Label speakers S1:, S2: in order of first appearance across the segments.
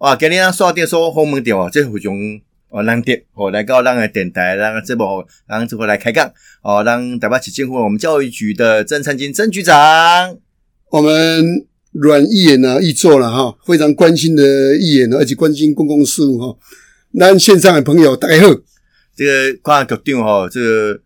S1: 哇，今日咱刷电说访问到哦，这非常哦难得哦，来到咱的电台，咱的节目，咱这回来开讲哦，咱台北市政府我们教育局的郑灿金郑局长，哦
S2: 我们阮议员呢、啊，议座了哈，非常关心的议员，而且关心公共事务哈。那线上的朋友，大家好，
S1: 这个看局长吼，哦这个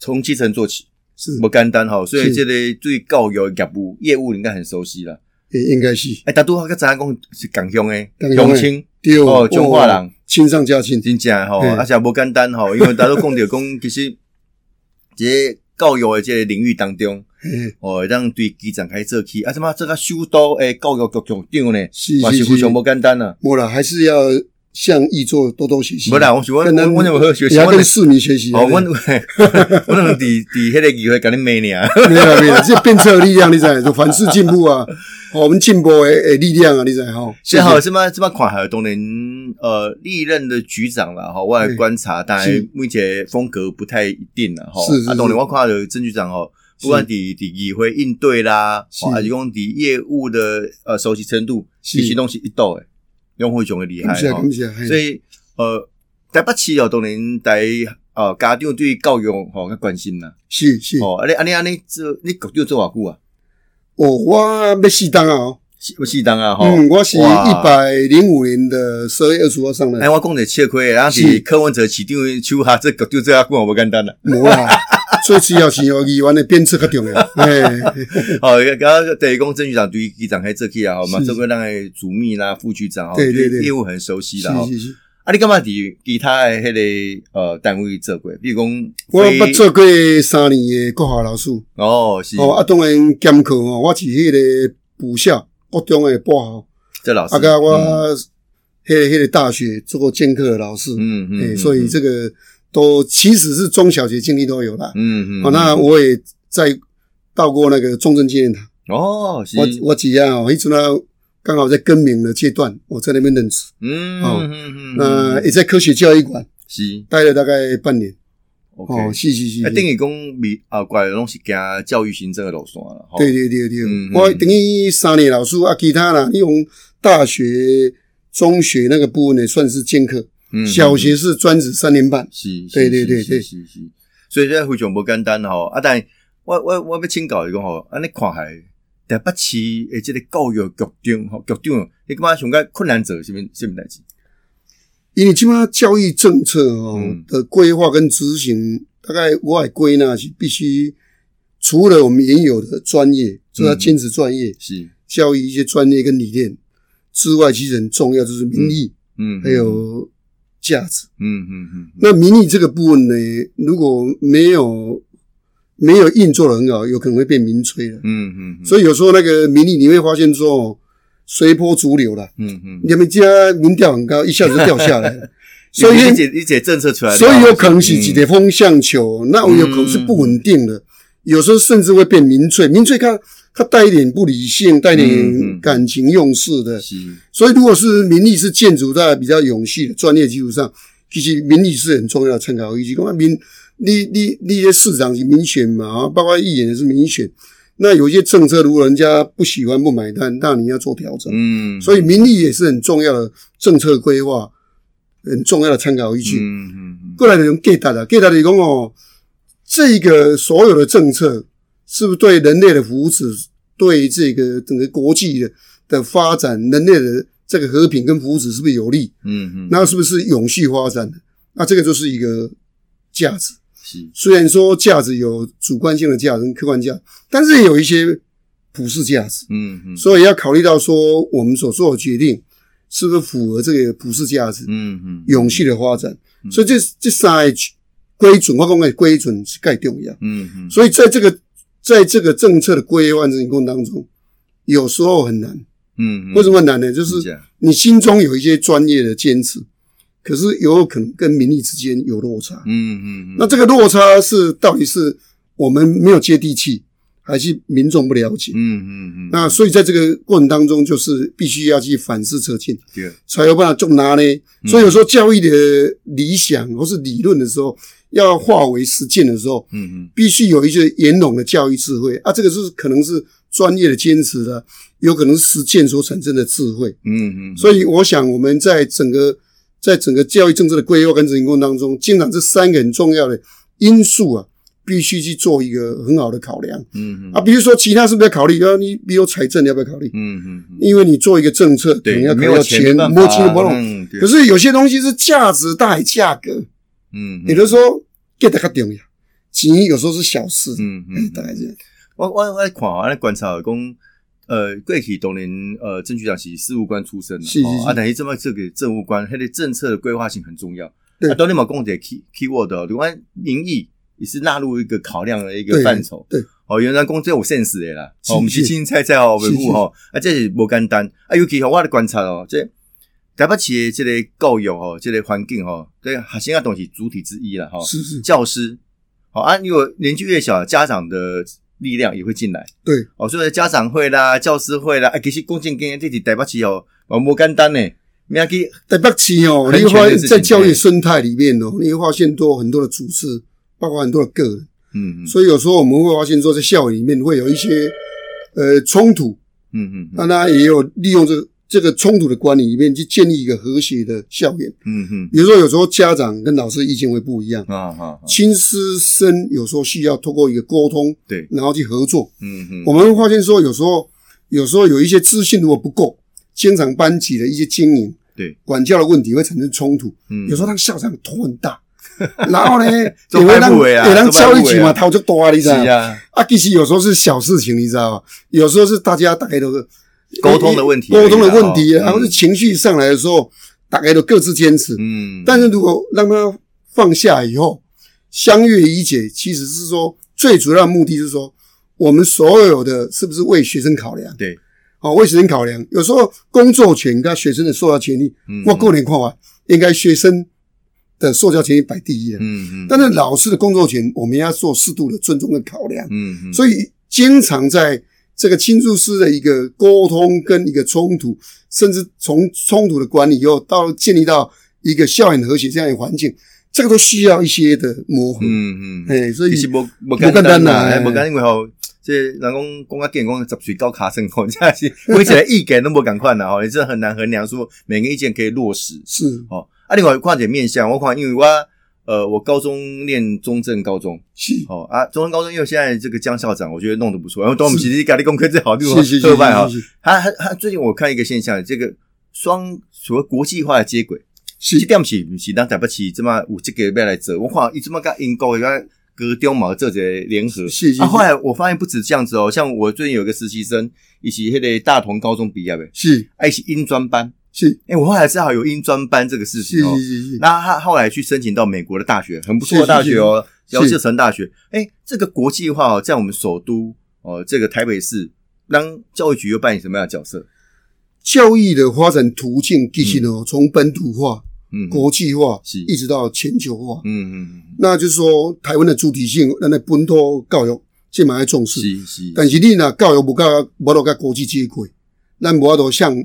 S1: 从基层做起
S2: 是
S1: 不简单吼，所以
S2: 是
S1: 这个对教育业务业务应该很熟悉了。
S2: 也应该是
S1: 哎，大都好，个咱讲是港乡诶，
S2: 港乡
S1: 乡
S2: 的
S1: 亲
S2: 第二
S1: 哦，中华人。
S2: 亲上加亲，
S1: 真正吼，
S2: 嘿
S1: 而且无简单哦吼，因为大家都讲着讲，其实这教育的这个领域当中，
S2: 嘿
S1: 哦，让对基层开始做起，啊，什么这个首都诶教育局局长呢，
S2: 是
S1: 嘛是
S2: 是
S1: 非常
S2: 是，
S1: 无简单啊。
S2: 莫了还是要向议座多多学习。
S1: 无啦，我是我我
S2: 跟咱
S1: 我有好学
S2: 也
S1: 习，
S2: 要
S1: 我
S2: 跟
S1: 呢
S2: 市民学习。啊
S1: 哦，我 我能伫伫迄个机会甲你骂你 啊，
S2: 没 有没有，这鞭策的力量，你知道？就凡事进步啊，哦我们进步的的力量啊，你知道？哈，
S1: 幸好这么这么款还有当然呃历任的局长啦吼，我来
S2: 嘿
S1: 观察，当然
S2: 是
S1: 每一个风格不太一定啦吼，
S2: 是是
S1: 啊，
S2: 是
S1: 当然我看到郑局长吼。不管伫伫议会应对啦，
S2: 是
S1: 哦还是讲伫业务的呃熟悉程度，
S2: 是啊
S1: 其实拢是一道诶，用非常的厉害
S2: 感谢
S1: 吼
S2: 感谢，嘿
S1: 所以呃，台北市哦，当然台呃家长对教育吼较关心啦。
S2: 是是
S1: 哦，啊你啊你啊你做你局长做偌久啊？
S2: 哦，我要适当啊哦。
S1: 是不适当啊吼。
S2: 嗯，我是
S1: 哇
S2: 一百零五年的十二月二十号上
S1: 哎，
S2: 的，
S1: 我讲者吃亏，然后啊是
S2: 是
S1: 柯文哲市长手下这局长这下讲无简单 啦。
S2: 无啦，最主要是有议员的鞭策较重要。哎，
S1: 哦，然后等于讲郑局长对于局长还做起啊，吼嘛，
S2: 是
S1: 这个让主秘啦、副局长哦，
S2: 对对对
S1: 业务很熟悉
S2: 是
S1: 啦。吼
S2: 是是，
S1: 啊，你干嘛伫其他的迄个呃单位做过？比如讲，
S2: 我
S1: 非
S2: 捌做过三年的国校老师，
S1: 哦，是
S2: 哦，啊，当然兼课哦，我是迄个补校国中的补校，
S1: 这老师，
S2: 啊，甲我
S1: 嗯
S2: 迄个迄个大学做过兼课的老师，
S1: 嗯嗯
S2: 哎，
S1: 嗯，
S2: 所以这个都其实是中小学经历都有啦。
S1: 嗯嗯，
S2: 哦，那我也在到过那个中正纪念堂。
S1: 哦是
S2: 我我啊只要我一直呢，刚好在更名的阶段，我在那边任职，
S1: 嗯
S2: 哦
S1: 嗯嗯
S2: 那、
S1: 嗯
S2: 也在科学教育馆
S1: 是
S2: 待了大概半年。
S1: OK，
S2: 哦，是是是，
S1: 啊
S2: 是
S1: 等于讲未啊，怪的拢是行教育行政的路线了，吼
S2: 对对对对，
S1: 嗯嗯
S2: 我等于三年老师啊，其他啦，你用大学、中学那个部分呢，算是兼课，
S1: 嗯
S2: 小
S1: 嗯
S2: 学是专职三年半。
S1: 是，是
S2: 对对对
S1: 是
S2: 对
S1: 是是是，所以这非常不简单吼。啊，但我我我要请教一个吼，啊，你看下台北市诶，这个教育局长吼，局长，你感觉上个困难者是咩是咩代志？
S2: 因为基本上教育政策哦
S1: 嗯
S2: 的规划跟执行，大概我也归纳是必须除了我们原有的专业，就
S1: 嗯
S2: 要坚持专业，
S1: 是，
S2: 教育一些专业跟理念之外，其实很重要就是民意、
S1: 嗯，
S2: 还有价值。
S1: 嗯，嗯嗯嗯，
S2: 那民意这个部分呢，如果没有没有运作的很好，有可能会变民粹了。
S1: 嗯嗯嗯，以，
S2: 所以有时候那个民意你会发现说哦随波逐流了，
S1: 嗯嗯，
S2: 你们家民调很高，一下子就掉下 来了。所以
S1: 一解一解政策出来，
S2: 所以有可能
S1: 嗯
S2: 是几个风向球，那有可能是不稳定的，有时候甚至会变民粹，民粹它它带一点不理性，带一
S1: 嗯嗯
S2: 点感情用事的。
S1: 是，
S2: 所以，如果是民意是建筑在比较永续的专业基础上，其实民意是很重要的参考依据。那民，你你你些市长是民选嘛，啊，包括议员也是民选。那有一些政策，如果人家不喜欢不买单，那你要做调整。
S1: 嗯，
S2: 所以，民意也是很重要的政策规划，很重要的参考依据。
S1: 嗯嗯嗯，
S2: 过来的人 get 到的，get 到的讲哦，这个所有的政策是不是对人类的福祉，对这个整个国际的的发展，人类的这个和平跟福祉是不是有利？
S1: 嗯嗯，
S2: 那是不是永续发展的？那这个就是一个价值。
S1: 是，
S2: 虽然说价值有主观性的价值跟客观价值，但是也有一些普世价值，
S1: 嗯嗯，
S2: 所以要考虑到说我们所做的决定是不是符合这个普世价值。
S1: 嗯嗯，
S2: 永续的发展。
S1: 嗯
S2: 所以这这三个规准，我讲的规准是介重要。
S1: 嗯嗯，
S2: 所以在这个在这个政策的规范进行过程当中，有时候很难。
S1: 嗯，
S2: 为什么难呢？就是
S1: 是
S2: 你心中有一些专业的坚持，可是有可能跟民意之间有落差。
S1: 嗯嗯，
S2: 那这个落差是到底是我们没有接地气，还是民众不了解？
S1: 嗯嗯嗯，
S2: 那所以在这个过程当中，就是必须要去反思侧进。
S1: 对，
S2: 才有办法种拿呢。
S1: 嗯
S2: 所以有时候教育的理想或是理论的时候，要化为实践的时候，
S1: 嗯嗯
S2: 必须有一些严笼的教育智慧啊。这个是可能是专业的坚持啦，有可能是实践所产生的智慧。
S1: 嗯嗯，
S2: 所以我想我们在整个在整个教育政策的规划跟执行过程当中，经常这三个很重要的因素啊，必须去做一个很好的考量
S1: 嗯嗯
S2: 啊。比如说其他是不是要考虑？要啊你比如财政你要不要考虑？
S1: 嗯嗯，
S2: 因为你做一个政策，可能
S1: 对，
S2: 要考
S1: 没
S2: 虑
S1: 有
S2: 到
S1: 钱
S2: 钱、
S1: 办
S2: 摸清
S1: 法，
S2: 的不弄。
S1: 嗯，对
S2: 可是有些东西是价值大于价格，
S1: 嗯，
S2: 也就是说，给它较重要。钱有时候是小事，
S1: 嗯
S2: 哎
S1: 嗯，
S2: 大概这样。
S1: 我我我看啊，观察讲，呃，过去当然呃，郑局长是事务官出身的，
S2: 是是
S1: 吼
S2: 是
S1: 啊，但是这么这个政务官，他的政策的规划性很重要。
S2: 对
S1: 啊，当然嘛，讲一个 key keyword，哦另外民意也是纳入一个考量的一个
S2: 对
S1: 范畴。
S2: 对，
S1: 哦，原来讲这有 sense 的啦，
S2: 是
S1: 哦，我们是
S2: 是
S1: 清菜菜哦，维
S2: 是
S1: 护吼，啊，这是无简单。啊，尤其吼，我的观察哦，这台北市的这个教育吼，这个环境吼，这个学生啊东西主体之一啦，吼。
S2: 是是，
S1: 教师，好、啊，如果年纪越小，家长的力量也会进来，
S2: 对，
S1: 哦，所以家长会啦、教师会啦，哎、其实共进跟这是台北市哦，哦，不简单呢，明仔去，
S2: 台北市哦，
S1: 很
S2: 你会
S1: 全
S2: 发
S1: 的
S2: 现
S1: 事情
S2: 在教育生态里面哦，你会发现多很多的组织，包括很多的个人。
S1: 嗯嗯
S2: 所以有时候我们会发现说，在校园里面会有一些呃冲突，
S1: 嗯嗯
S2: 那他也有利用这个这个冲突的管理里面去建立一个和谐的校园。
S1: 嗯嗯
S2: 比如说，有时候家长跟老师意见会不一样，
S1: 嗯，啊啊，啊
S2: 亲师生有时候需要透过一个沟通，
S1: 对，
S2: 然后去合作。
S1: 嗯嗯，
S2: 我们会发现说，有时候有时候有一些资讯如果不够，经常班级的一些经营、
S1: 对
S2: 管教的问题会产生冲突，
S1: 嗯
S2: 有时候让校长头很 大，然后呢，
S1: 做
S2: 也
S1: 拜
S2: 会让
S1: 父的啊
S2: 也让
S1: 做拜
S2: 教育
S1: 父的
S2: 局
S1: 啊
S2: 嘛头就大，你知
S1: 是
S2: 道吗？
S1: 啊，
S2: 啊，其实有时候是小事情，你知道吗？有时候是大家大概都呃
S1: 沟通的问题
S2: 沟通的问题，
S1: 而已啦哦
S2: 然后是情绪上来的时候，大概都各自坚持。
S1: 嗯，
S2: 但是如果让他放下以后，相悦理解，其实是说最主要的目的是说，我们所有的是不是为学生考量？
S1: 对，
S2: 好、为学生考量。有时候工作权跟学生的受教权利，
S1: 嗯
S2: 我个人看法，应该学生的受教权利摆第一的。
S1: 嗯嗯，
S2: 但是老师的工作权，我们要做适度的尊重跟考量。
S1: 嗯嗯，以
S2: 所以经常在这个侵入式的一个沟通跟一个冲突，甚至从冲突的管理以后，到建立到一个校园和谐这样一个环境，这个都需要一些的磨合。
S1: 嗯嗯。
S2: 哎，所以
S1: 其实无无
S2: 简
S1: 简
S2: 单
S1: 单
S2: 啦
S1: 啦，
S2: 哎
S1: 无简单，因为吼，即人讲讲啊，健讲十岁到卡身吼，真的是每一个意见都无共款啦吼，你真的很难衡量说每个意见可以落实。
S2: 是
S1: 哦，啊，另外看一个面向，我看因为我呃，我高中念中正高中，
S2: 是
S1: 哦啊，中正高中因为现在这个江校长，我觉得弄得不错，然后东我们其实咖喱功课最好地方
S2: 是是
S1: 特办啊
S2: 是，是
S1: 他他他最近我看一个现象，这个双所谓国际化的接轨，这
S2: 是
S1: 点是不是咱台北市这么有这个要来做？我看伊这么跟英国个高中嘛做一个联合。
S2: 是是
S1: 啊，后来我发现不止这样子哦，像我最近有一个实习生，以及那个大同高中毕业的，
S2: 是
S1: 啊，一起英专班。
S2: 是
S1: 哎、我后来知道有英专班这个事
S2: 是
S1: 情哦。
S2: 是是，
S1: 那他后来去申请到美国的大学，很不错的大学哦，
S2: 是
S1: 姚
S2: 是是
S1: 志成大学。哎，这个国际化哦，在我们首都哦，这个台北市，当教育局又扮演什么样的角色？
S2: 教育的发展途径其实呢，从本土化、
S1: 嗯，
S2: 国际化
S1: 是，
S2: 一直到全球化。
S1: 嗯嗯嗯，
S2: 那就是说，台湾的主体性，咱的本土教育，这蛮要重视。
S1: 是是，
S2: 但是你若教育无甲无落甲国际接轨，咱无法度向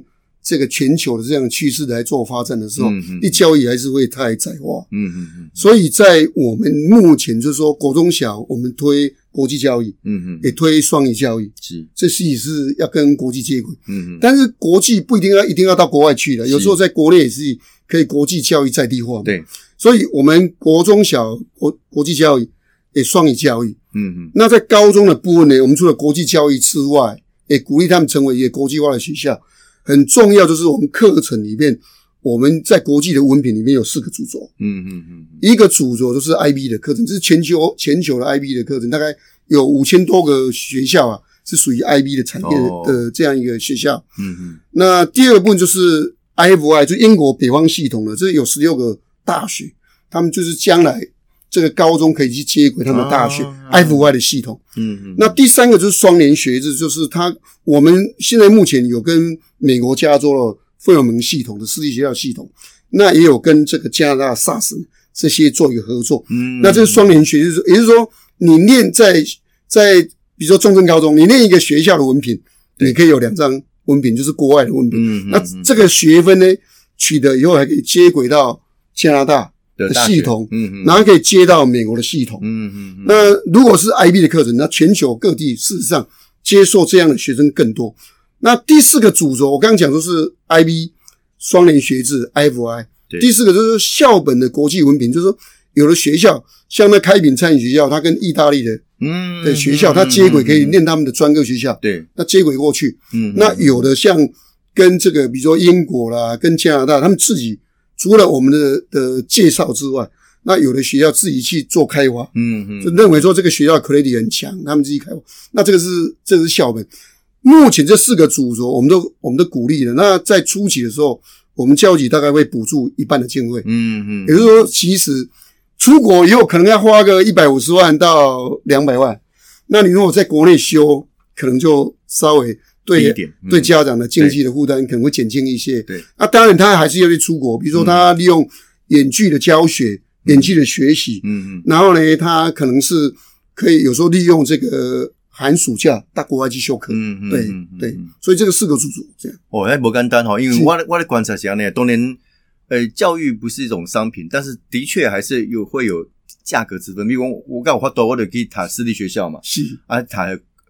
S2: 这个全球的这样的趋势来做发展的时候，
S1: 嗯嗯
S2: 你教育还是会太窄化。
S1: 嗯嗯嗯
S2: 所以在我们目前就是说，国中小我们推国际教育，
S1: 嗯嗯
S2: 也，推双语教育，
S1: 是，
S2: 这是也是要跟国际接轨。
S1: 嗯嗯，
S2: 但是国际不一定要一定要到国外去的，
S1: 是
S2: 有时候在国内也是可以国际教育在地化嘛。
S1: 对，
S2: 所以我们国中小国国际教育也双语教育，
S1: 嗯嗯
S2: 那在高中的部分呢，我们除了国际教育之外，也鼓励他们成为一个国际化的学校。很重要就是我们课程里面，我们在国际的文凭里面有四个主轴，
S1: 嗯嗯嗯，
S2: 一个主轴就是 IB 的课程，这是全球全球的 IB 的课程，大概有五千多个学校啊，是属于 IB 的产业
S1: 哦
S2: 的这样一个学校。
S1: 嗯嗯
S2: 那第二部分就是 IFI，就英国北方系统的，这有十六个大学，他们就是将来这个高中可以去接轨他们的大学、
S1: 啊
S2: IFI 的系统。
S1: 嗯嗯，
S2: 那第三个就是双联学制，就是它我们现在目前有跟美国加州的费尔蒙系统的私立学校系统，那也有跟这个加拿大萨斯这些做一个合作。
S1: 嗯，
S2: 那这是双联学制，也就是说你念在在比如说中正高中，你念一个学校的文凭，
S1: 对
S2: 你可以有两张文凭，就是国外的文凭。
S1: 嗯，
S2: 那这个学分呢，取得以后还可以接轨到加拿大，
S1: 嗯嗯，
S2: 然后可以接到美国的系统。
S1: 嗯嗯，
S2: 那如果是 IB 的课程，那全球各地事实上接受这样的学生更多。那第四个主轴，我刚刚讲就是 IB 双联学制 IFI，
S1: 对
S2: 第四个就是校本的国际文凭，就是说有的学校像那开平餐饮学校，它跟意大利的
S1: 嗯
S2: 的学校，它接轨可以
S1: 练，
S2: 念他们的专科学校，
S1: 对，
S2: 那接轨过去。
S1: 嗯，
S2: 那有的像跟这个，比如说英国啦，跟加拿大，他们自己除了我们的的介绍之外，那有的学校自己去做开发，
S1: 嗯
S2: 就
S1: 嗯
S2: 认为说这个学校 credit 很强，他们自己开发。那这个是这个是校本。目前这四个主轴，我们都我们都鼓励了。那在初期的时候，我们教育局大概会补助一半的经费，
S1: 嗯嗯，
S2: 也就是说，其实出国也有可能要花个一百五十万到两百万。那你如果在国内修，可能就稍微
S1: 低
S2: 对
S1: 一点嗯
S2: 对家长的经济的负担可能会减轻一些。
S1: 对，嗯
S2: 那当然他还是要去出国，比如说他利用远距的教学、远距的学习，
S1: 嗯嗯
S2: 然后呢，他可能是可以有时候利用这个寒暑假到国外去修课。
S1: 嗯嗯，
S2: 对对，所以这个四个主组这样。
S1: 哦，那不简单哈，因为
S2: 是
S1: 我的我的观察是这样的，当然，呃，教育不是一种商品，但是的确还是有会有价格之分。比如我我讲我发多，我得去塔私立学校嘛，
S2: 是
S1: 啊，塔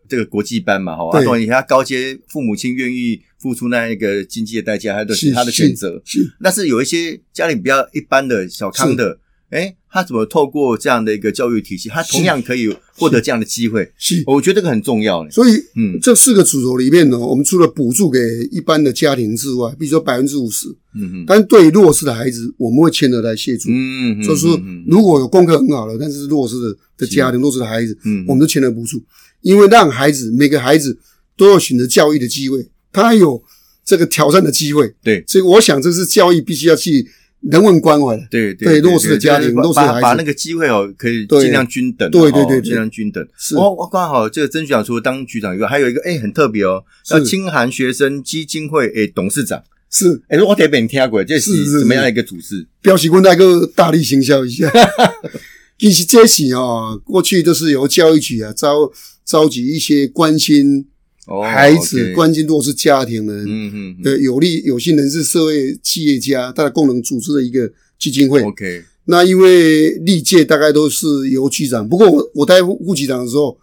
S1: 这个国际班嘛，哈，啊，
S2: 对
S1: 当然你他高阶父母亲愿意付出那一个经济的代价，还有
S2: 是
S1: 他的选择。
S2: 是
S1: 但是有一些家里比较一般的小康的，哎，他怎么透过这样的一个教育体系，他同样可以获得这样的机会？
S2: 是，
S1: 我觉得这个很重要呢。
S2: 所以
S1: 嗯
S2: 这四个主轴里面呢，我们除了补助给一般的家庭之外，比如说百分之五十，
S1: 嗯嗯
S2: 但是对于弱势的孩子，我们会牵着来协助。
S1: 嗯，嗯
S2: 就是
S1: 嗯
S2: 如果有功课很好的，但是弱势的的家庭、弱势的孩子，
S1: 嗯
S2: 我们都牵着补助，因为让孩子每个孩子都有选择教育的机会，他有这个挑战的机会。
S1: 对
S2: 所以我想这是教育必须要去人文关怀的。
S1: 对
S2: 对弱势的家庭
S1: 对把
S2: 弱势的孩子
S1: 把把那个机会哦，可以
S2: 对
S1: 尽量均等，
S2: 对对
S1: 哦
S2: 对对
S1: 尽量均等。
S2: 是
S1: 我我刚好这个曾局长除了当局长以外，还有一个哎很特别哦，
S2: 是
S1: 叫清寒学生基金会诶董事长。
S2: 是
S1: 哎，我得本听过，这
S2: 是是
S1: 是
S2: 是
S1: 怎么样一个组织？
S2: 标旗棍那个大力行销一下。 其实这些哦，过去都是由教育局啊召召集一些关心
S1: 哦
S2: 孩子、
S1: OK
S2: 关心弱势家庭的人，
S1: 嗯嗯嗯
S2: 呃有利有心人士、社会企业家，他的功能组织的一个基金会。
S1: ，OK，
S2: 那因为历届大概都是由局长，不过我我当副局长的时候，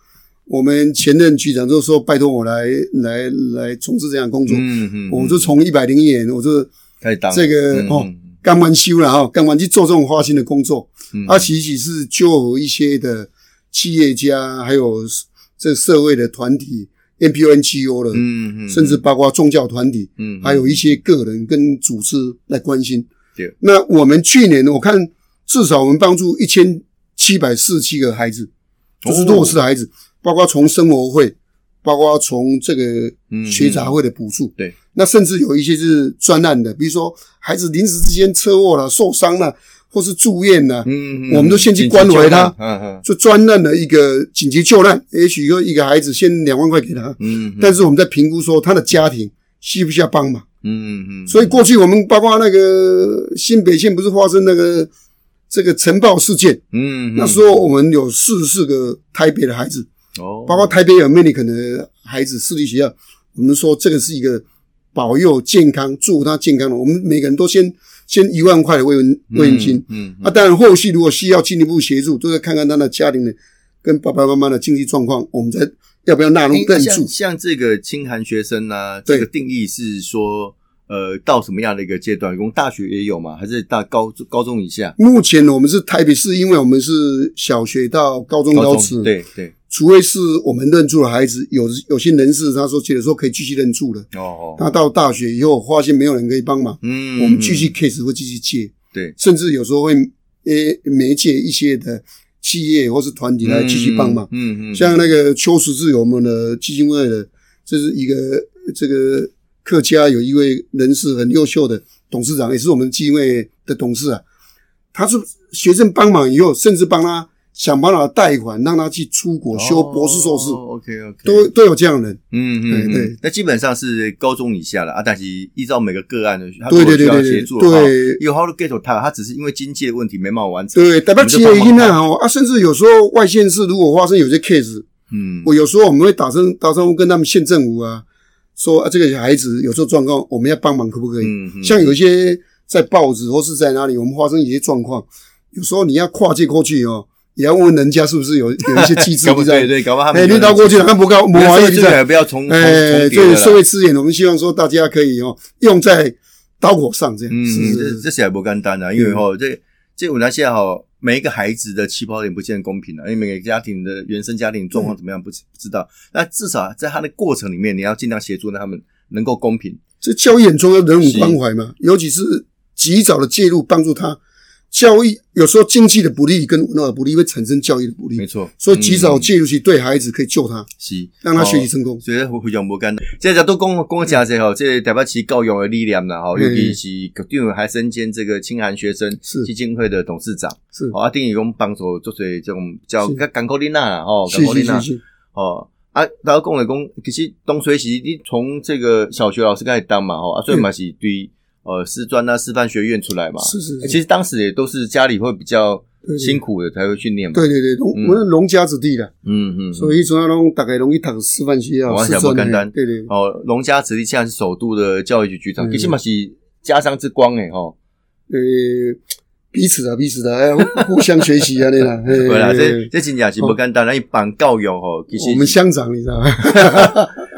S2: 我们前任局长就说拜托我来来来从事这样工作，
S1: 嗯嗯，
S2: 我就从一百零一年我就
S1: 开始当嗯
S2: 这个哦干完休了哈，干完去做这种花心的工作。他
S1: 而且
S2: 其实是就一些的企业家，还有这社会的团体、NPO、NGO 的，
S1: 嗯嗯嗯
S2: 甚至包括宗教团体，
S1: 嗯，嗯
S2: 还有一些个人跟组织来关心。
S1: 对，
S2: 那我们去年我看至少我们帮助一千七百四十七个孩子，
S1: 哦
S2: 就是弱势的孩子，包括从生活费，包括从这个
S1: 嗯
S2: 学杂会的补助、
S1: 对，
S2: 那甚至有一些是专案的，比如说孩子临时之间车祸了、受伤了，或是住院了，
S1: 嗯，嗯
S2: 我们都先去关怀他
S1: 嗯嗯
S2: 就专案的一个紧急救难，也许有一个孩子先两万块给他，
S1: 嗯，
S2: 但
S1: 是
S2: 是我们在评估说他的家庭需不需要帮忙。
S1: 嗯嗯，
S2: 所以过去我们包括那个新北县不是发生那个这个晨暴事件，
S1: 嗯，嗯
S2: 那时候我们有四十四个台北的孩子，
S1: 哦，
S2: 包括台北有 m e d i 的孩子私立学校，我们说这个是一个保佑健康、祝福他健康的，我们每个人都先先一万块的慰问慰问金。
S1: 嗯，嗯
S2: 啊，当然后续如果需要进一步协助，都要看看他的家庭的跟爸爸妈妈的经济状况，我们再要不要纳入
S1: 诶
S2: 赞助
S1: 哎啊像。像这个清寒学生呢、这
S2: 对
S1: 个定义是说，呃，到什么样的一个阶段？用大学也有吗？还是大高高中以下？
S2: 目前我们是台北市，因为我们是小学到高中
S1: 高
S2: 高
S1: 中
S2: 职，，
S1: 对对
S2: 除非是我们认住的孩子，有有些人士他说觉得说可以继续认住了，
S1: 哦，
S2: 那到大学以后发现没有人可以帮忙，
S1: 嗯
S2: 我们继续 case 会继续接，
S1: 对
S2: 甚至有时候会呃媒介一些的企业或是团体来继续帮忙，
S1: 嗯嗯，
S2: 像那个邱淑志，我们的基金会的，这是一个这个客家有一位人士很优秀的董事长，也是我们基金会的董事啊。他是学生帮忙以后，甚至帮他想办法贷款，让他去出国修博士硕士，
S1: ，OK OK，
S2: 都都有这样的人。
S1: 哦嗯嗯嗯
S2: 对对
S1: 那基本上是高中以下了啊，但是依照每个个案的，他
S2: 对对
S1: 如果需
S2: 对
S1: 要
S2: 对
S1: 协
S2: 对
S1: 助的话
S2: 对
S1: 有 how to get 他，他只是因为经济的问题没办法完成，
S2: 对，台北企业
S1: 我们就帮忙
S2: 现在哦啊，甚至有时候外县市如果发生有些 case，
S1: 嗯，
S2: 我有时候我们会打声打招呼跟他们县政府啊，说啊这个孩子有时候状况，我们要帮忙可不可以？
S1: 嗯嗯
S2: 像有一些在报纸或是在哪里，我们发生一些状况，有时候你要跨界过去哦，也要问问人家是不 是有有一些机制
S1: 搞不
S2: 你知道
S1: 对对，搞不好他们
S2: 哎，
S1: 有
S2: 你到过去了，看不高，不
S1: 社
S2: 怀
S1: 会
S2: 疑
S1: 资源不要重重
S2: 啊哎，
S1: 重叠
S2: 对
S1: 了
S2: 社
S1: 啦。
S2: 会资源，我们希望说大家可以哦用在刀口上，这样
S1: 嗯，
S2: 是
S1: 这
S2: 是
S1: 这些也不简单啊，因为
S2: 嗯
S1: 吼，这这我那些吼，每一个孩子的起跑点不见得公平啊，因为每个家庭的原生家庭状况怎么样不知不知道，那至少在他的过程里面，你要尽量协助他们能够公平。
S2: 这教育很重要，人文
S1: 是
S2: 关怀嘛，尤其是及早的介入，帮助他。教育有时候经济的不利跟文化的不利会产生教育的不
S1: 没
S2: 利，
S1: 错，
S2: 所以及早
S1: 嗯
S2: 介入去对孩子可以救他，
S1: 是
S2: 让他学习嗯
S1: 哦
S2: 成功。
S1: 所以非常无简单。即系都讲讲真济吼，即系台北市教育的理念啦吼，
S2: 嗯
S1: 尤其是局长还身兼这个清寒学生
S2: 是
S1: 基金会的董事长，
S2: 是
S1: 哦，啊，等于讲帮助做做这种叫
S2: 是
S1: 港口囡啦吼，港
S2: 是
S1: 口
S2: 是
S1: 囡
S2: 是
S1: 啦
S2: 是，
S1: 哦。啊，然后讲来讲，其实东水是你从这个小学老师开始当嘛吼，啊，所以嘛是对呃师专啊师范学院出来嘛。
S2: 嗯是是是
S1: 哎其实当时也都是家里会比较
S2: 对对
S1: 辛苦的才会训练嘛。
S2: 对对对，农
S1: 嗯
S2: 我们农家子弟的，
S1: 嗯，嗯嗯。
S2: 所以从那拢大概容易读师范学校、
S1: 我
S2: 师
S1: 想不
S2: 专
S1: 简单
S2: 的，对对，
S1: 哦，龙家子弟现在是首都的教育局局长，
S2: 嗯
S1: 其实嘛是家乡之光诶吼。
S2: 呃，彼此啊彼此的，哎，互 互相学习啊，那啦， 嘿
S1: 对啦，这
S2: 嘿
S1: 这真正是不简单，咱一帮教育吼，其实
S2: 我们乡长你知道吗？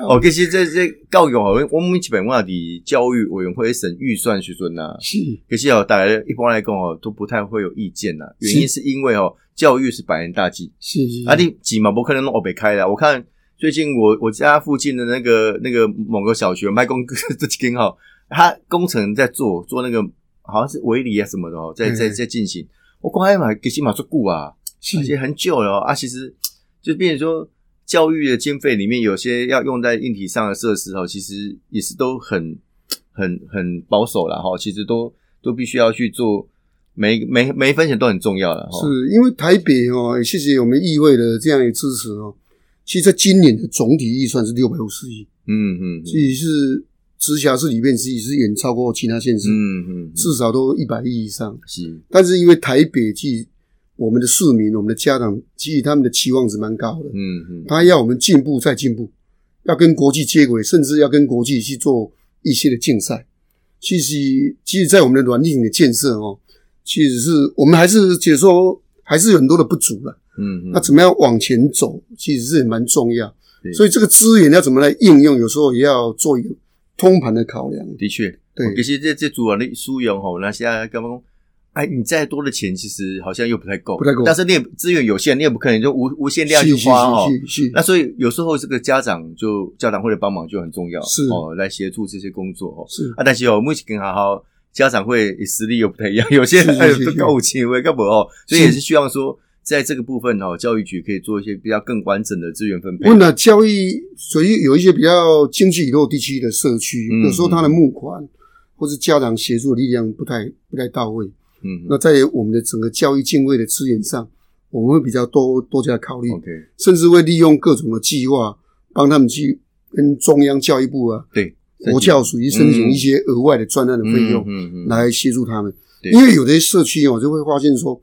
S1: 哦，其实这这教育吼，我们基本我伫教育委员会审预算时阵啊呐，
S2: 是
S1: 可是哦，大家一般来讲哦，都不太会有意见呐。原因是因为哦，教育是百年大计，
S2: 是是，
S1: 啊，你几嘛不可能弄北开的。我看最近我我家附近的那个那个某个小学卖工这几间哈，他工程在做做那个好像是围篱啊什么的哦，在在
S2: 嗯
S1: 在进行。我光爱买给新马做固啊，
S2: 是
S1: 而且很久了哦啊，其实就变成说。教育的经费里面有些要用在硬体上的设施哦，其实也是都很、很、很保守了哈。其实都都必须要去做，每每每一分钱都很重要哦了哈。
S2: 是因为台北哦，谢谢我们议会的这样的支持哦。其实，在今年的总体预算是六百五十亿，
S1: 嗯，嗯嗯
S2: 这也是直辖市里面是是远超过其他县市，
S1: 嗯嗯，
S2: 至少都一百亿以上。
S1: 是
S2: 但是因为台北即我们的市民、我们的家长，其实他们的期望值蛮高的，
S1: 嗯嗯
S2: 他要我们进步再进步，要跟国际接轨，甚至要跟国际去做一些的竞赛。其实，其实，在我们的软硬的建设哦，其实是我们还是解说还是有很多的不足了。
S1: 嗯，
S2: 那怎么样往前走，其实是蛮重要
S1: 对。
S2: 所以这个资源要怎么来应用，有时候也要做一个通盘的考量。
S1: 的确，
S2: 对
S1: 哦其实这这主管的输赢吼，那现在刚刚，哎，你再多的钱其实好像又不太够，
S2: 不太够
S1: 但是你也资源有限，你也不可能就无无限量去
S2: 是
S1: 花哦。
S2: 是是
S1: 那所以有时候这个家长就家长会的帮忙就很重要，
S2: 是
S1: 哦，来协助这些工作哦。
S2: 是是
S1: 啊，但是哦，目前好好家长会实力又不太一样，有些人
S2: 是
S1: 还有
S2: 是是
S1: 高五千位干嘛哦，所以也
S2: 是
S1: 是希望说。在这个部分哦，教育局可以做一些比较更完整的资源分配。
S2: 问了教育，所以有一些比较经济落地区的社区，
S1: 嗯
S2: 有时候他的募款或是家长协助的力量不太不太到位。
S1: 嗯
S2: 那在我们的整个教育经费的资源上，我们会比较多多加考虑，
S1: ，OK，
S2: 甚至会利用各种的计划帮他们去跟中央教育部啊、
S1: 对，
S2: 国教署去申请一些额外的专案的
S1: 嗯
S2: 费用。
S1: 嗯嗯嗯
S2: 来协助他们。
S1: 对
S2: 因为有的社区哦，就会发现说，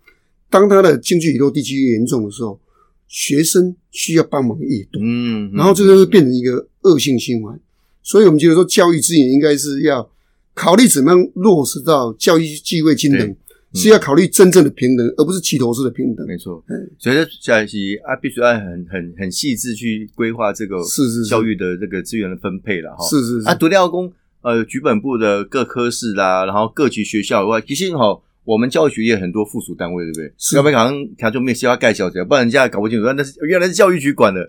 S2: 当他的经济雨落地区越严重的时候，学生需要帮忙越多，
S1: 嗯，
S2: 然后这个会变成一个恶性循环。所以我们觉得说，教育资源应该是要考虑怎么样落实到教育机会均
S1: 对
S2: 等，是要考虑真正的平等，而不是齐头式的平等。
S1: 没错
S2: 嗯，
S1: 所以这下期啊，必须按很很很细致去规划这个
S2: 是是是
S1: 教育的这个资源的分配了哈。
S2: 是是
S1: 啊，
S2: 是，
S1: 独料工呃，局本部的各科室啦，然后各级学校以外，其实哈，我们教育局也有很多附属单位，对不对？
S2: 是
S1: 要不然好像他就没有西瓜盖小姐，不然人家搞不清楚，那是原来是教育局管 的。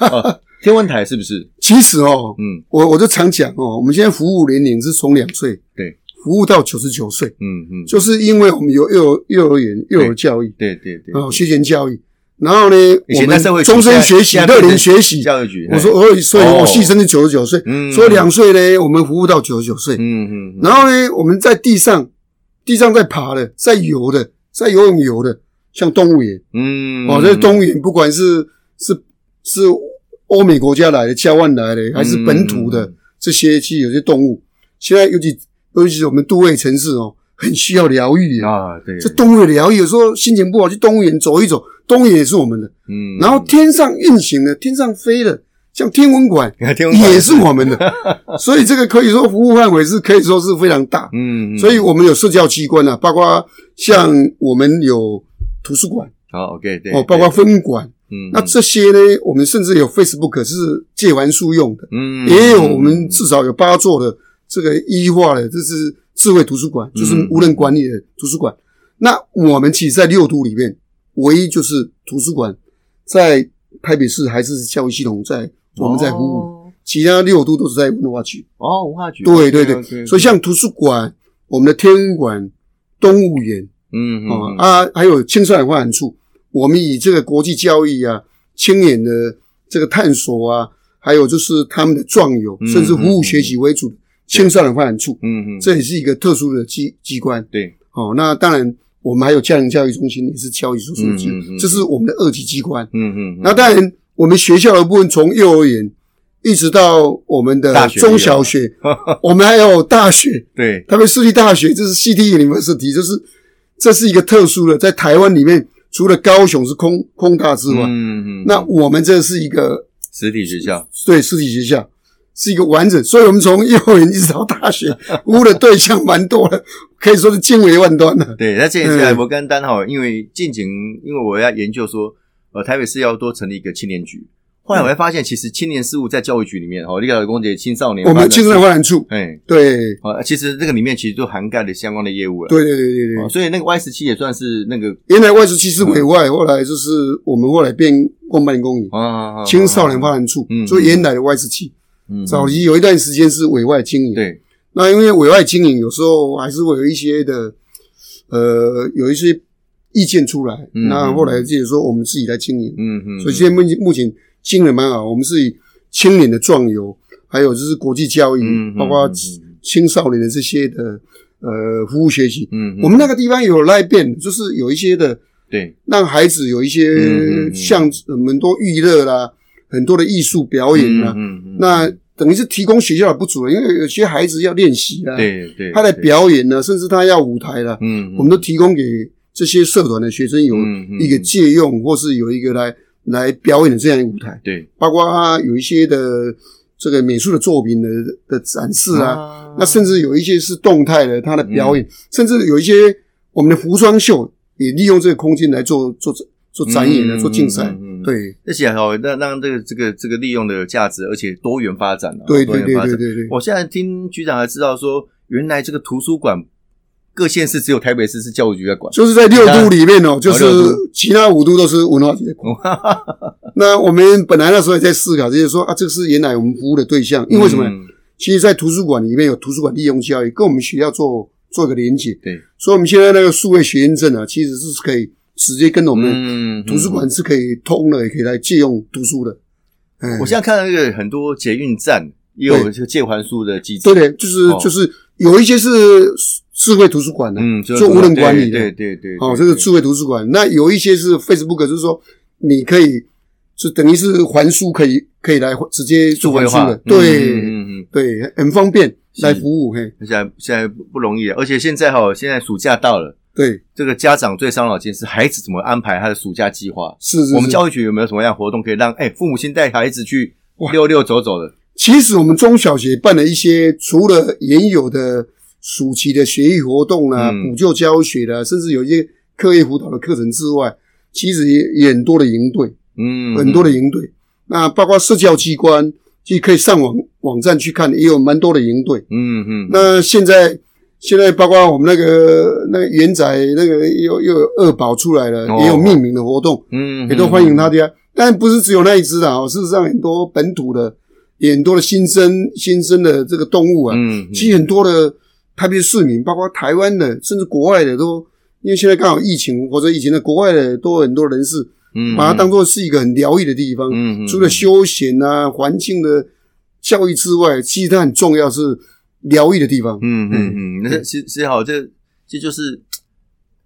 S1: 哦天文台是不是？
S2: 其实哦，
S1: 嗯
S2: 我我就常讲哦，我们现在服务年龄是从两岁
S1: 对
S2: 服务到九十九岁，
S1: 嗯嗯，
S2: 就是因为我们有幼儿幼儿园幼儿教育，
S1: 对对对，
S2: 哦，学前教育，然后呢，
S1: 以前
S2: 我
S1: 在
S2: 们
S1: 社会局
S2: 终身学习、
S1: 现在变
S2: 乐
S1: 成
S2: 龄学习。
S1: 教育局。
S2: 我说，
S1: 嘿，
S2: 我所以
S1: 哦
S2: 我牺牲是九十九岁，
S1: 嗯
S2: 所以两岁呢，我们服务到九十九岁。
S1: 嗯嗯，嗯
S2: 然后呢，我们在地上，地上在爬的，在游的，在游泳游的，像动物园
S1: 嗯，
S2: 哦，这
S1: 这
S2: 动物园不管是是是欧美国家来的、交换来的，
S1: 嗯
S2: 还是本土的这些，其实有些动物，现在尤其尤其是我们都会城市哦，很需要疗愈啊。
S1: 啊，对，
S2: 这动物园疗愈，有时候心情不好去动物园走一走，动物园也是我们的。
S1: 嗯，
S2: 然后天上运行的，天上飞的，像天文 馆
S1: 天文台
S2: 也是我们的，所以这个可以说服务范围是可以说是非常大。
S1: 嗯，嗯
S2: 所以我们有社教机关啊，包括像我们有图书馆，
S1: 好，OK，对，
S2: 哦，包括
S1: 对
S2: 分管。
S1: 嗯，
S2: 那这些呢，我们甚至有 Facebook 是借完书用的，
S1: 嗯
S2: 也有我们至少有八座的这个一化的，这是智慧图书馆，
S1: 嗯
S2: 就是无人管理的图书馆。那我们其实，在六都里面，唯一就是图书馆在台北市还是教育系统在我们在服务，
S1: 哦
S2: 其他六都都是在文化局。
S1: 哦，文化局，
S2: 对对对
S1: OK，OK，OK
S2: 所以像图书馆、我们的天文馆、动物园
S1: 嗯
S2: 啊、
S1: 嗯嗯
S2: 啊，还有青少年发展处，我们以这个国际教育啊、青年的这个探索啊，还有就是他们的壮游，
S1: 嗯
S2: 甚至服务学习为主的青少年发展处，
S1: 嗯嗯，
S2: 这也是一个特殊的机机关。
S1: 对，
S2: 哦，那当然我们还有家庭教育中心也是教育所属机
S1: 嗯嗯嗯，
S2: 这是我们的二级机关。
S1: 嗯嗯，
S2: 那当然，我们学校的部分从幼儿园一直到我们的
S1: 大学
S2: 中 小学，我们还有大学，
S1: 对，
S2: 台北市立大学，这是 CT University，这是这是一个特殊的，在台湾里面，除了高雄是空空大之外，
S1: 嗯嗯，
S2: 那我们这是一个
S1: 实体学校，
S2: 对私立学校是一个完整，所以我们从幼儿园一直到大学，服务的对象蛮多的，可以说是经为万端的。
S1: 对，那这一次
S2: 嗯
S1: 哎我跟丹哈，因为近景，因为我要研究说，呃，台北市要多成立一个青年局。后来我才发现，其实青年事务在教育局里面，哦，立个公姐青少年，
S2: 我们青少年，发展处，
S1: 哎，
S2: 对
S1: 啊，其实这个里面其实就涵盖了相关的业务了。
S2: 对对对对对
S1: 哦，，所以那个 Y 十七也算是那个
S2: 原来外事七是委外，后来就是我们后来变公办公营。
S1: 啊，
S2: 青少年发展处
S1: 嗯，
S2: 所以原来的外事七，
S1: 嗯
S2: 早期有一段时间是委外经营，
S1: 对，
S2: 那因为委外经营，有时候还是会有一些的，呃，有一些意见出来。
S1: 嗯
S2: 那后来就是说我们自己来经营，
S1: 嗯嗯，
S2: 所以现在目前目前经营得蛮好。我们是以青年的壮游，还有就是国际教育，
S1: 嗯嗯
S2: 包括
S1: 嗯
S2: 青少年的这些的呃服务学习。
S1: 嗯，嗯
S2: 我们那个地方有来变，就是有一些的
S1: 对，
S2: 让孩子有一
S1: 嗯嗯
S2: 些
S1: 嗯
S2: 像很多娱乐啦，很多的艺术表演啦，
S1: 嗯嗯嗯
S2: 那等于是提供学校的不足了，因为有些孩子要练习啦，
S1: 对对，
S2: 他的
S1: 对，
S2: 表演呢，甚至他要舞台了，
S1: 嗯，
S2: 我们都提供给这些社团的学生有
S1: 嗯嗯
S2: 一个借用，或是有一个来来表演的这样一个舞台，
S1: 对
S2: 包括啊有一些的这个美术的作品的的展示啊，
S1: 啊嗯
S2: 那甚至有一些是动态的，他的表演，甚至有一些我们的服装秀也利用这个空间来做做做展演的、啊
S1: 嗯
S2: 做竞赛，
S1: 嗯嗯嗯
S2: 对
S1: 而且哦，让让这个这个这个利用的价值，而且多元发展啊，
S2: 对
S1: 多
S2: 对
S1: 元
S2: 对
S1: 发
S2: 对
S1: 展。
S2: 对对，
S1: 我现在听局长还知道说，原来这个图书馆各县市只有台北市是教育局在管，
S2: 就是在六都里面哦，就是
S1: 六都
S2: 其他五都都是文化 局的管。那我们本来那时候也在思考，就是说啊，这个是原来我们服务的对象，因为什么呢？
S1: 嗯
S2: 其实，在图书馆里面有图书馆利用教育，跟我们学校做做一个连接。
S1: 嗯对，
S2: 所以我们现在那个数位学院证啊，其实是可以直接跟我们
S1: 嗯
S2: 图书馆是可以通的，也可以来借用读书的。嗯
S1: 我现在看到那个很多捷运站也有这个借还书的机制，
S2: 对的，就是、
S1: 哦
S2: 就是有一些是智慧图书馆的、
S1: 嗯，
S2: 做无人管理的。
S1: 对对对，对
S2: 哦，这个智慧图书馆，那有一些是 Facebook，就是说你可以，就等于是还书可以可以来直接
S1: 智
S2: 做
S1: 慧
S2: 还书
S1: 化
S2: 的，，
S1: 嗯
S2: 对、
S1: 嗯嗯嗯，
S2: 对，很方便
S1: 是
S2: 来服务，嘿，
S1: 现在现在不容易，啊而且现在哈，现在暑假到了，
S2: 对，
S1: 这个家长最伤脑筋是孩子怎么安排他的暑假计划。
S2: 是是是。
S1: 我们教育局有没有什么样的活动可以让哎父母亲带孩子去溜溜走走的？
S2: 其实我们中小学办了一些，除了原有的暑期的学艺活动啦、
S1: 嗯
S2: 补救教学啦，甚至有一些课业辅导的课程之外，其实也也很多的营队，
S1: 嗯，
S2: 很多的营队。那包括社教机关，其实可以上网网站去看，也有蛮多的营队。
S1: 嗯嗯，
S2: 那现在现在包括我们那个那个元仔那个又又有二宝出来了，
S1: 哦
S2: 也有命名的活动，
S1: 嗯
S2: 也都欢迎。
S1: 嗯
S2: 大家。但不是只有那一只啊，事实上很多本土的，也很多的新生新生的这个动物啊，
S1: 嗯，嗯
S2: 其实很多的台北市民，包括台湾的，甚至国外的都。因为现在刚好疫情或者以前的国外的都有很多人士
S1: 嗯
S2: 把它当做是一个很疗愈的地方，
S1: 嗯嗯
S2: 除了休闲啊、环境的教育之外，其实它很重要是疗愈的地方。
S1: 嗯嗯嗯，那是是好，这这就是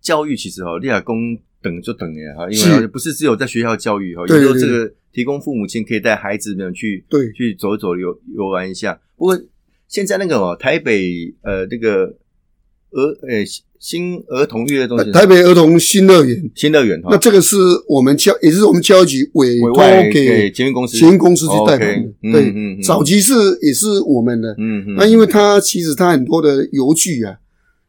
S1: 教育，其实哈，立海公等就等了哈，因为
S2: 是
S1: 不是只有在学校教育哈，
S2: 对
S1: 有时候
S2: 对
S1: 这
S2: 对
S1: 个提供父母亲可以带孩子们去
S2: 对
S1: 去走走游游玩一下。不过现在那个哦，台北呃那个儿呃新儿童娱乐中
S2: 呃
S1: 心，
S2: 台北儿童新乐园，
S1: 新乐园哈
S2: 那，这个是我们教，也是我们教育局委
S1: 委
S2: 托
S1: 外
S2: 给
S1: 捷运公司，
S2: 行运公司去代
S1: OK，
S2: 管的。
S1: 嗯嗯嗯
S2: 对，早期是也是我们的，
S1: 嗯嗯，
S2: 那因为它其实它很多的邮具啊，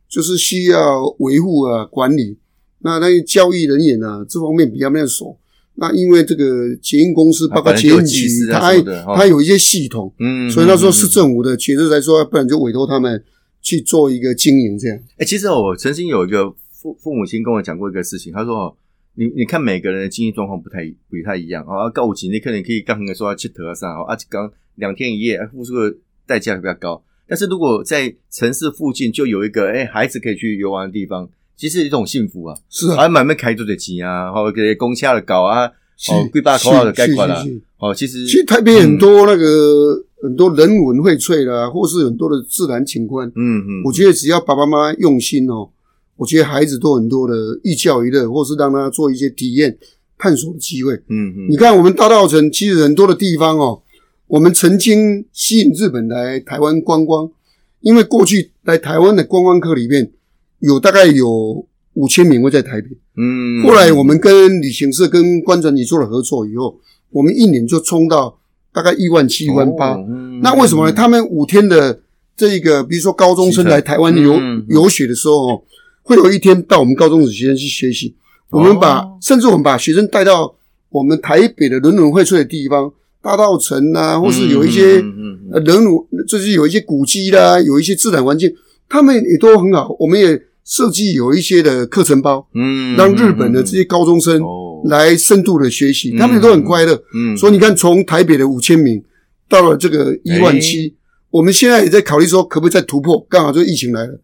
S2: 就是需要维护啊管理。那那个教育人员啊，这方面比较没有熟。那因为这个捷运公司，包括
S1: 反正
S2: 捷
S1: 有
S2: 运
S1: 技
S2: 局，
S1: 师啊
S2: 它
S1: 什么的哈
S2: 它有一些系统，
S1: 嗯，
S2: 所以那时候是
S1: 嗯嗯
S2: 政府的角色来说，不然就委托他们去做一个经营这样。
S1: 哎、其实哦我曾经有一个父父母亲跟我讲过一个事情，他说哦，你你看每个人的经济状况不太不太一样啊，告五级那可能可以刚刚说要去得上啊，刚两天一夜啊付出的代价比较高，但是如果在城市附近就有一个哎、孩子可以去游玩的地方，其实是一种幸福啊，
S2: 是啊，
S1: 啊慢慢开多点钱啊，或给公下的搞啊，
S2: 是
S1: 哦贵八
S2: 是
S1: 口啊就该
S2: 是
S1: 管了
S2: 是是
S1: 哦，其实
S2: 其实台北很多那个、很多人文荟萃啦，啊或是很多的自然景观，
S1: 嗯嗯，
S2: 我觉得只要爸爸妈妈用心哦，我觉得孩子都有很多的寓教于乐，或是让他做一些体验、探索的机会。
S1: 嗯嗯
S2: 你看，我们大稻城其实很多的地方哦，我们曾经吸引日本来台湾观光，因为过去来台湾的观光客里面有大概有五千名会在台北。
S1: 嗯，
S2: 后来我们跟旅行社、跟观船局做了合作以后，我们一年就冲到大概一万七、一万八。
S1: 哦嗯
S2: 那为什么呢？他们五天的这个，比如说高中生来台湾游、
S1: 嗯
S2: 游学的时候哦，会有一天到我们高中的学生去学习。我们把、
S1: 哦
S2: 甚至我们把学生带到我们台北的人文荟萃的地方，大稻城啊，或是有一些、
S1: 嗯嗯嗯嗯
S2: 呃人文，就是有一些古迹啦，有一些自然环境，他们也都很好。我们也设计有一些的课程包，
S1: 嗯，
S2: 让日本的这些高中生
S1: 哦，
S2: 来深度的学习，
S1: 嗯
S2: 他们都很快乐。
S1: 嗯，
S2: 所以你看，从台北的五千名到了这个一万七、我们现在也在考虑说，可不可以再突破？刚好就疫情来了，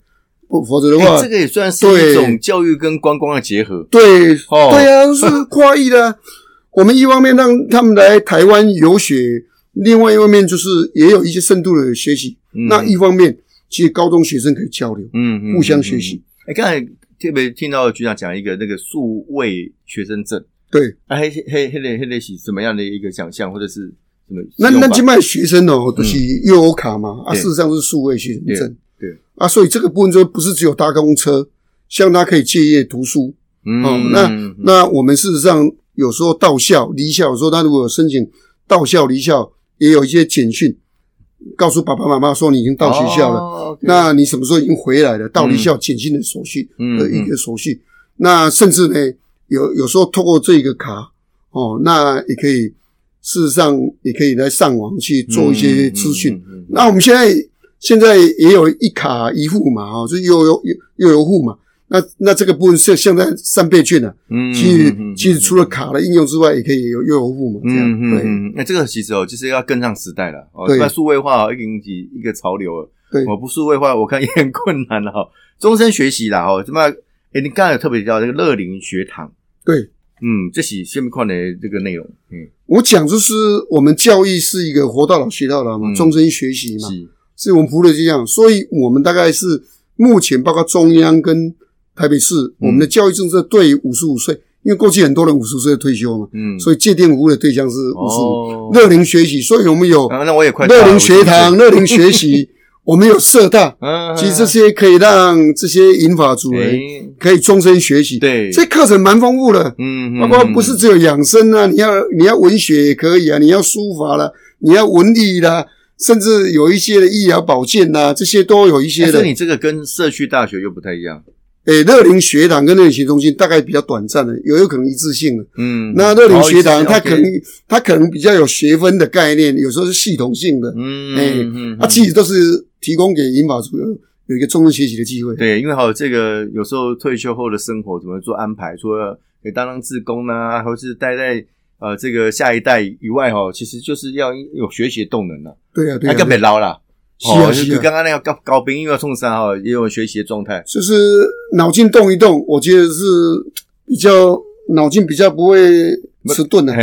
S2: 不否则的话，
S1: 欸这个也算是
S2: 对
S1: 一种教育跟观光的结合。
S2: 对、
S1: 哦
S2: 对啊，是跨域的啊。我们一方面让他们来台湾游学，另外一方面就是也有一些深度的学习。
S1: 嗯
S2: 那一方面，其实高中学生可以交流，
S1: 嗯，嗯
S2: 互相学习。
S1: 哎，刚、才特别听到局长讲一个那个数位学生证，
S2: 对，
S1: 啊，黑黑黑类黑类是什么样的一个奖项，或者是什么
S2: 那
S1: 使用法？
S2: 那今卖学生哦，都是优欧卡嘛，啊，
S1: 对
S2: 事实上是数位学生证，
S1: 对对
S2: 啊，所以这个部分就不是只有搭公车，像他可以借业读书，
S1: 嗯
S2: 哦
S1: 嗯
S2: 那
S1: 嗯嗯
S2: 那我们事实上有时候到校离校，有时候他如果有申请到校离校，也有一些简讯告诉爸爸妈妈说你已经到学校了，
S1: 哦，OK
S2: 那你什么时候已经回来了？到离校简讯的手续
S1: 嗯
S2: 的一个手续，那甚至呢，有有时候透过这个卡哦，那也可以，事实上也可以来上网去做一些资讯。，
S1: 嗯嗯嗯嗯
S2: 那我们现在现在也有一卡一户嘛，哦，就是又有又又有户嘛。那那这个部分是现在三倍券啊，
S1: 嗯
S2: 其实
S1: 嗯嗯嗯
S2: 其实除了卡的应用之外，也可以有又有户嘛，这样
S1: 嗯
S2: 对
S1: 嗯嗯，那这个其实哦，就是要跟上时代了哦。
S2: 对
S1: 那数位化哦已经一一个潮流了。
S2: 对
S1: 我不数位化，我看也很困难了、哦。终身学习啦哦，什么？哎，你刚才有特别提到那个乐龄学堂，
S2: 对。
S1: 嗯，这是下面看的这个内容，嗯，
S2: 我讲就是我们教育是一个活到老学到老嘛，
S1: 嗯
S2: 终身学习嘛，
S1: 是，
S2: 是我们普乐这样，所以我们大概是目前包括中央跟台北市，
S1: 嗯
S2: 我们的教育政策对五十五岁，因为过去很多人五十岁退休嘛，
S1: 嗯，
S2: 所以界定服务的对象是五十五，
S1: 哦，
S2: 乐龄学习，所以我们有
S1: 啊那我也快到了
S2: 乐龄学，
S1: 我
S2: 堂、
S1: 就
S2: 乐龄学习， 我们有社大，
S1: 嗯，
S2: 其实这些可以让这些银发族人
S1: 哎，
S2: 可以终身学习，
S1: 对，
S2: 这课程蛮丰富的。
S1: 嗯，嗯
S2: 包括不是，只有养生啊，你要你要文学也可以啊，你要书法啦，你要文理啦，甚至有一些的医疗保健啦，这些都有一些
S1: 但
S2: 的
S1: 哎是。你这个跟社区大学又不太一样，
S2: 诶，乐龄学堂跟乐龄学中心大概比较短暂的，有有可能一致性的。
S1: 嗯，
S2: 那乐龄学堂
S1: 哦
S2: 它可能，它可能比较有学分的概念，有时候是系统性的，
S1: 嗯，
S2: 哎
S1: 嗯，
S2: 它其实都是提供给银发族有有一个终身学习的机会。
S1: 对，因为还有这个有时候退休后的生活怎么做安排，除了可以当当志工啊，或是待在呃这个下一代以外哦，其实就是要有学习的动能了、
S2: 对啊，对
S1: 啊，
S2: 啊，
S1: 更别
S2: 对啊
S1: 捞啦。
S2: 是啊
S1: 哦
S2: 是
S1: 就
S2: 啊，
S1: 刚刚那个高高兵因为要冲山哦，也有学习的状 态。
S2: 就是脑筋动一动，我觉得是比较脑筋比较不会迟钝的。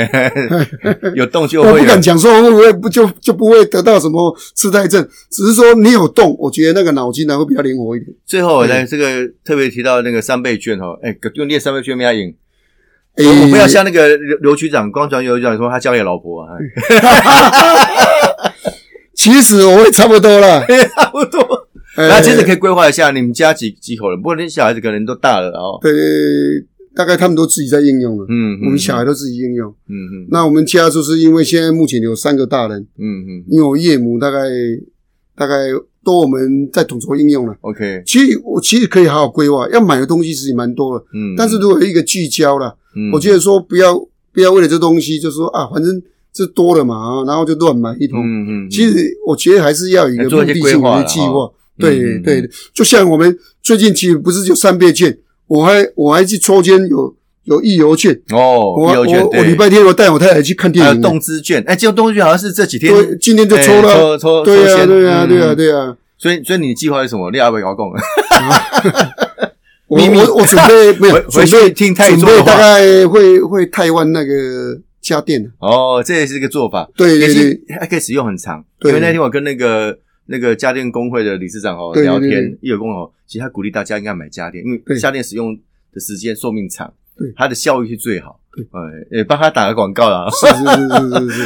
S1: 有动就 会
S2: 我啊不
S1: 有
S2: 敢，讲说会不会不就就不会得到什么痴呆症，只是说你有动，我觉得那个脑筋呢啊会比较灵活一点。
S1: 最后呢，这个特别提到那个三倍券哦，哎，用列三倍券没他赢，
S2: 诶
S1: 我不要像那个刘刘局长，光传刘局长说他交给老婆啊，哎
S2: 其实我也差不多了。
S1: 差不多。那
S2: 那
S1: 接着可以规划一下你们家几几口人，不过那小孩子可能都大了哦。
S2: 呃，大概他们都自己在应用了。
S1: 嗯，嗯
S2: 我们小孩都自己应用。
S1: 嗯嗯，
S2: 那我们家就是因为现在目前有三个大人，
S1: 嗯嗯
S2: 因为我岳母大概大概都我们在统筹应用了。
S1: OK，
S2: 其实我其实可以好好规划，要买的东西其实也蛮多的，
S1: 嗯，
S2: 但是如果有一个聚焦了，
S1: 嗯
S2: 我觉得说不要不要为了这东西就说啊，反正这多了嘛啊，然后就乱买一通。
S1: 嗯嗯，
S2: 其实我觉得还是要有一个
S1: 要做
S2: 目
S1: 一些
S2: 的
S1: 规
S2: 性
S1: 划
S2: 的
S1: 啦
S2: 计
S1: 哈
S2: 划。对
S1: 嗯嗯
S2: 对
S1: 嗯，
S2: 就像我们最近其实不是就三倍券，我还我还去抽签有有益游券，
S1: 哦，
S2: 我
S1: 义游券
S2: 我我
S1: 对
S2: 礼拜天我带我太太去看电
S1: 还有
S2: 影，
S1: 动资券，哎，这个动资券好像是这几天
S2: 对，今天就
S1: 哎
S2: 抽
S1: 抽
S2: 了，
S1: 抽
S2: 对
S1: 抽
S2: 呀
S1: 签
S2: 对呀
S1: 嗯
S2: 对呀啊对呀，
S1: 所以所以你的计划是什么？你阿伟搞共，
S2: 我
S1: 秘密
S2: 我我准 备没有
S1: 回回
S2: 准
S1: 去
S2: 备
S1: 听太
S2: 准
S1: 多
S2: 备
S1: 的
S2: 大
S1: 话，
S2: 概会会台湾那个家电，
S1: 哦，这也是一个做法，
S2: 对
S1: 也
S2: 对
S1: 是
S2: 对，
S1: 还可以使用很长。
S2: 对
S1: 因为那天我跟那个那个家电工会的理事长哦
S2: 对对
S1: 聊
S2: 对
S1: 天，一有工哦，其实他鼓励大家应该买家电，因为
S2: 对
S1: 家电使用的时间寿命长
S2: 对，
S1: 它的效益是最好
S2: 对。
S1: 哎，也帮他打个广告啦。
S2: 是是是是是是。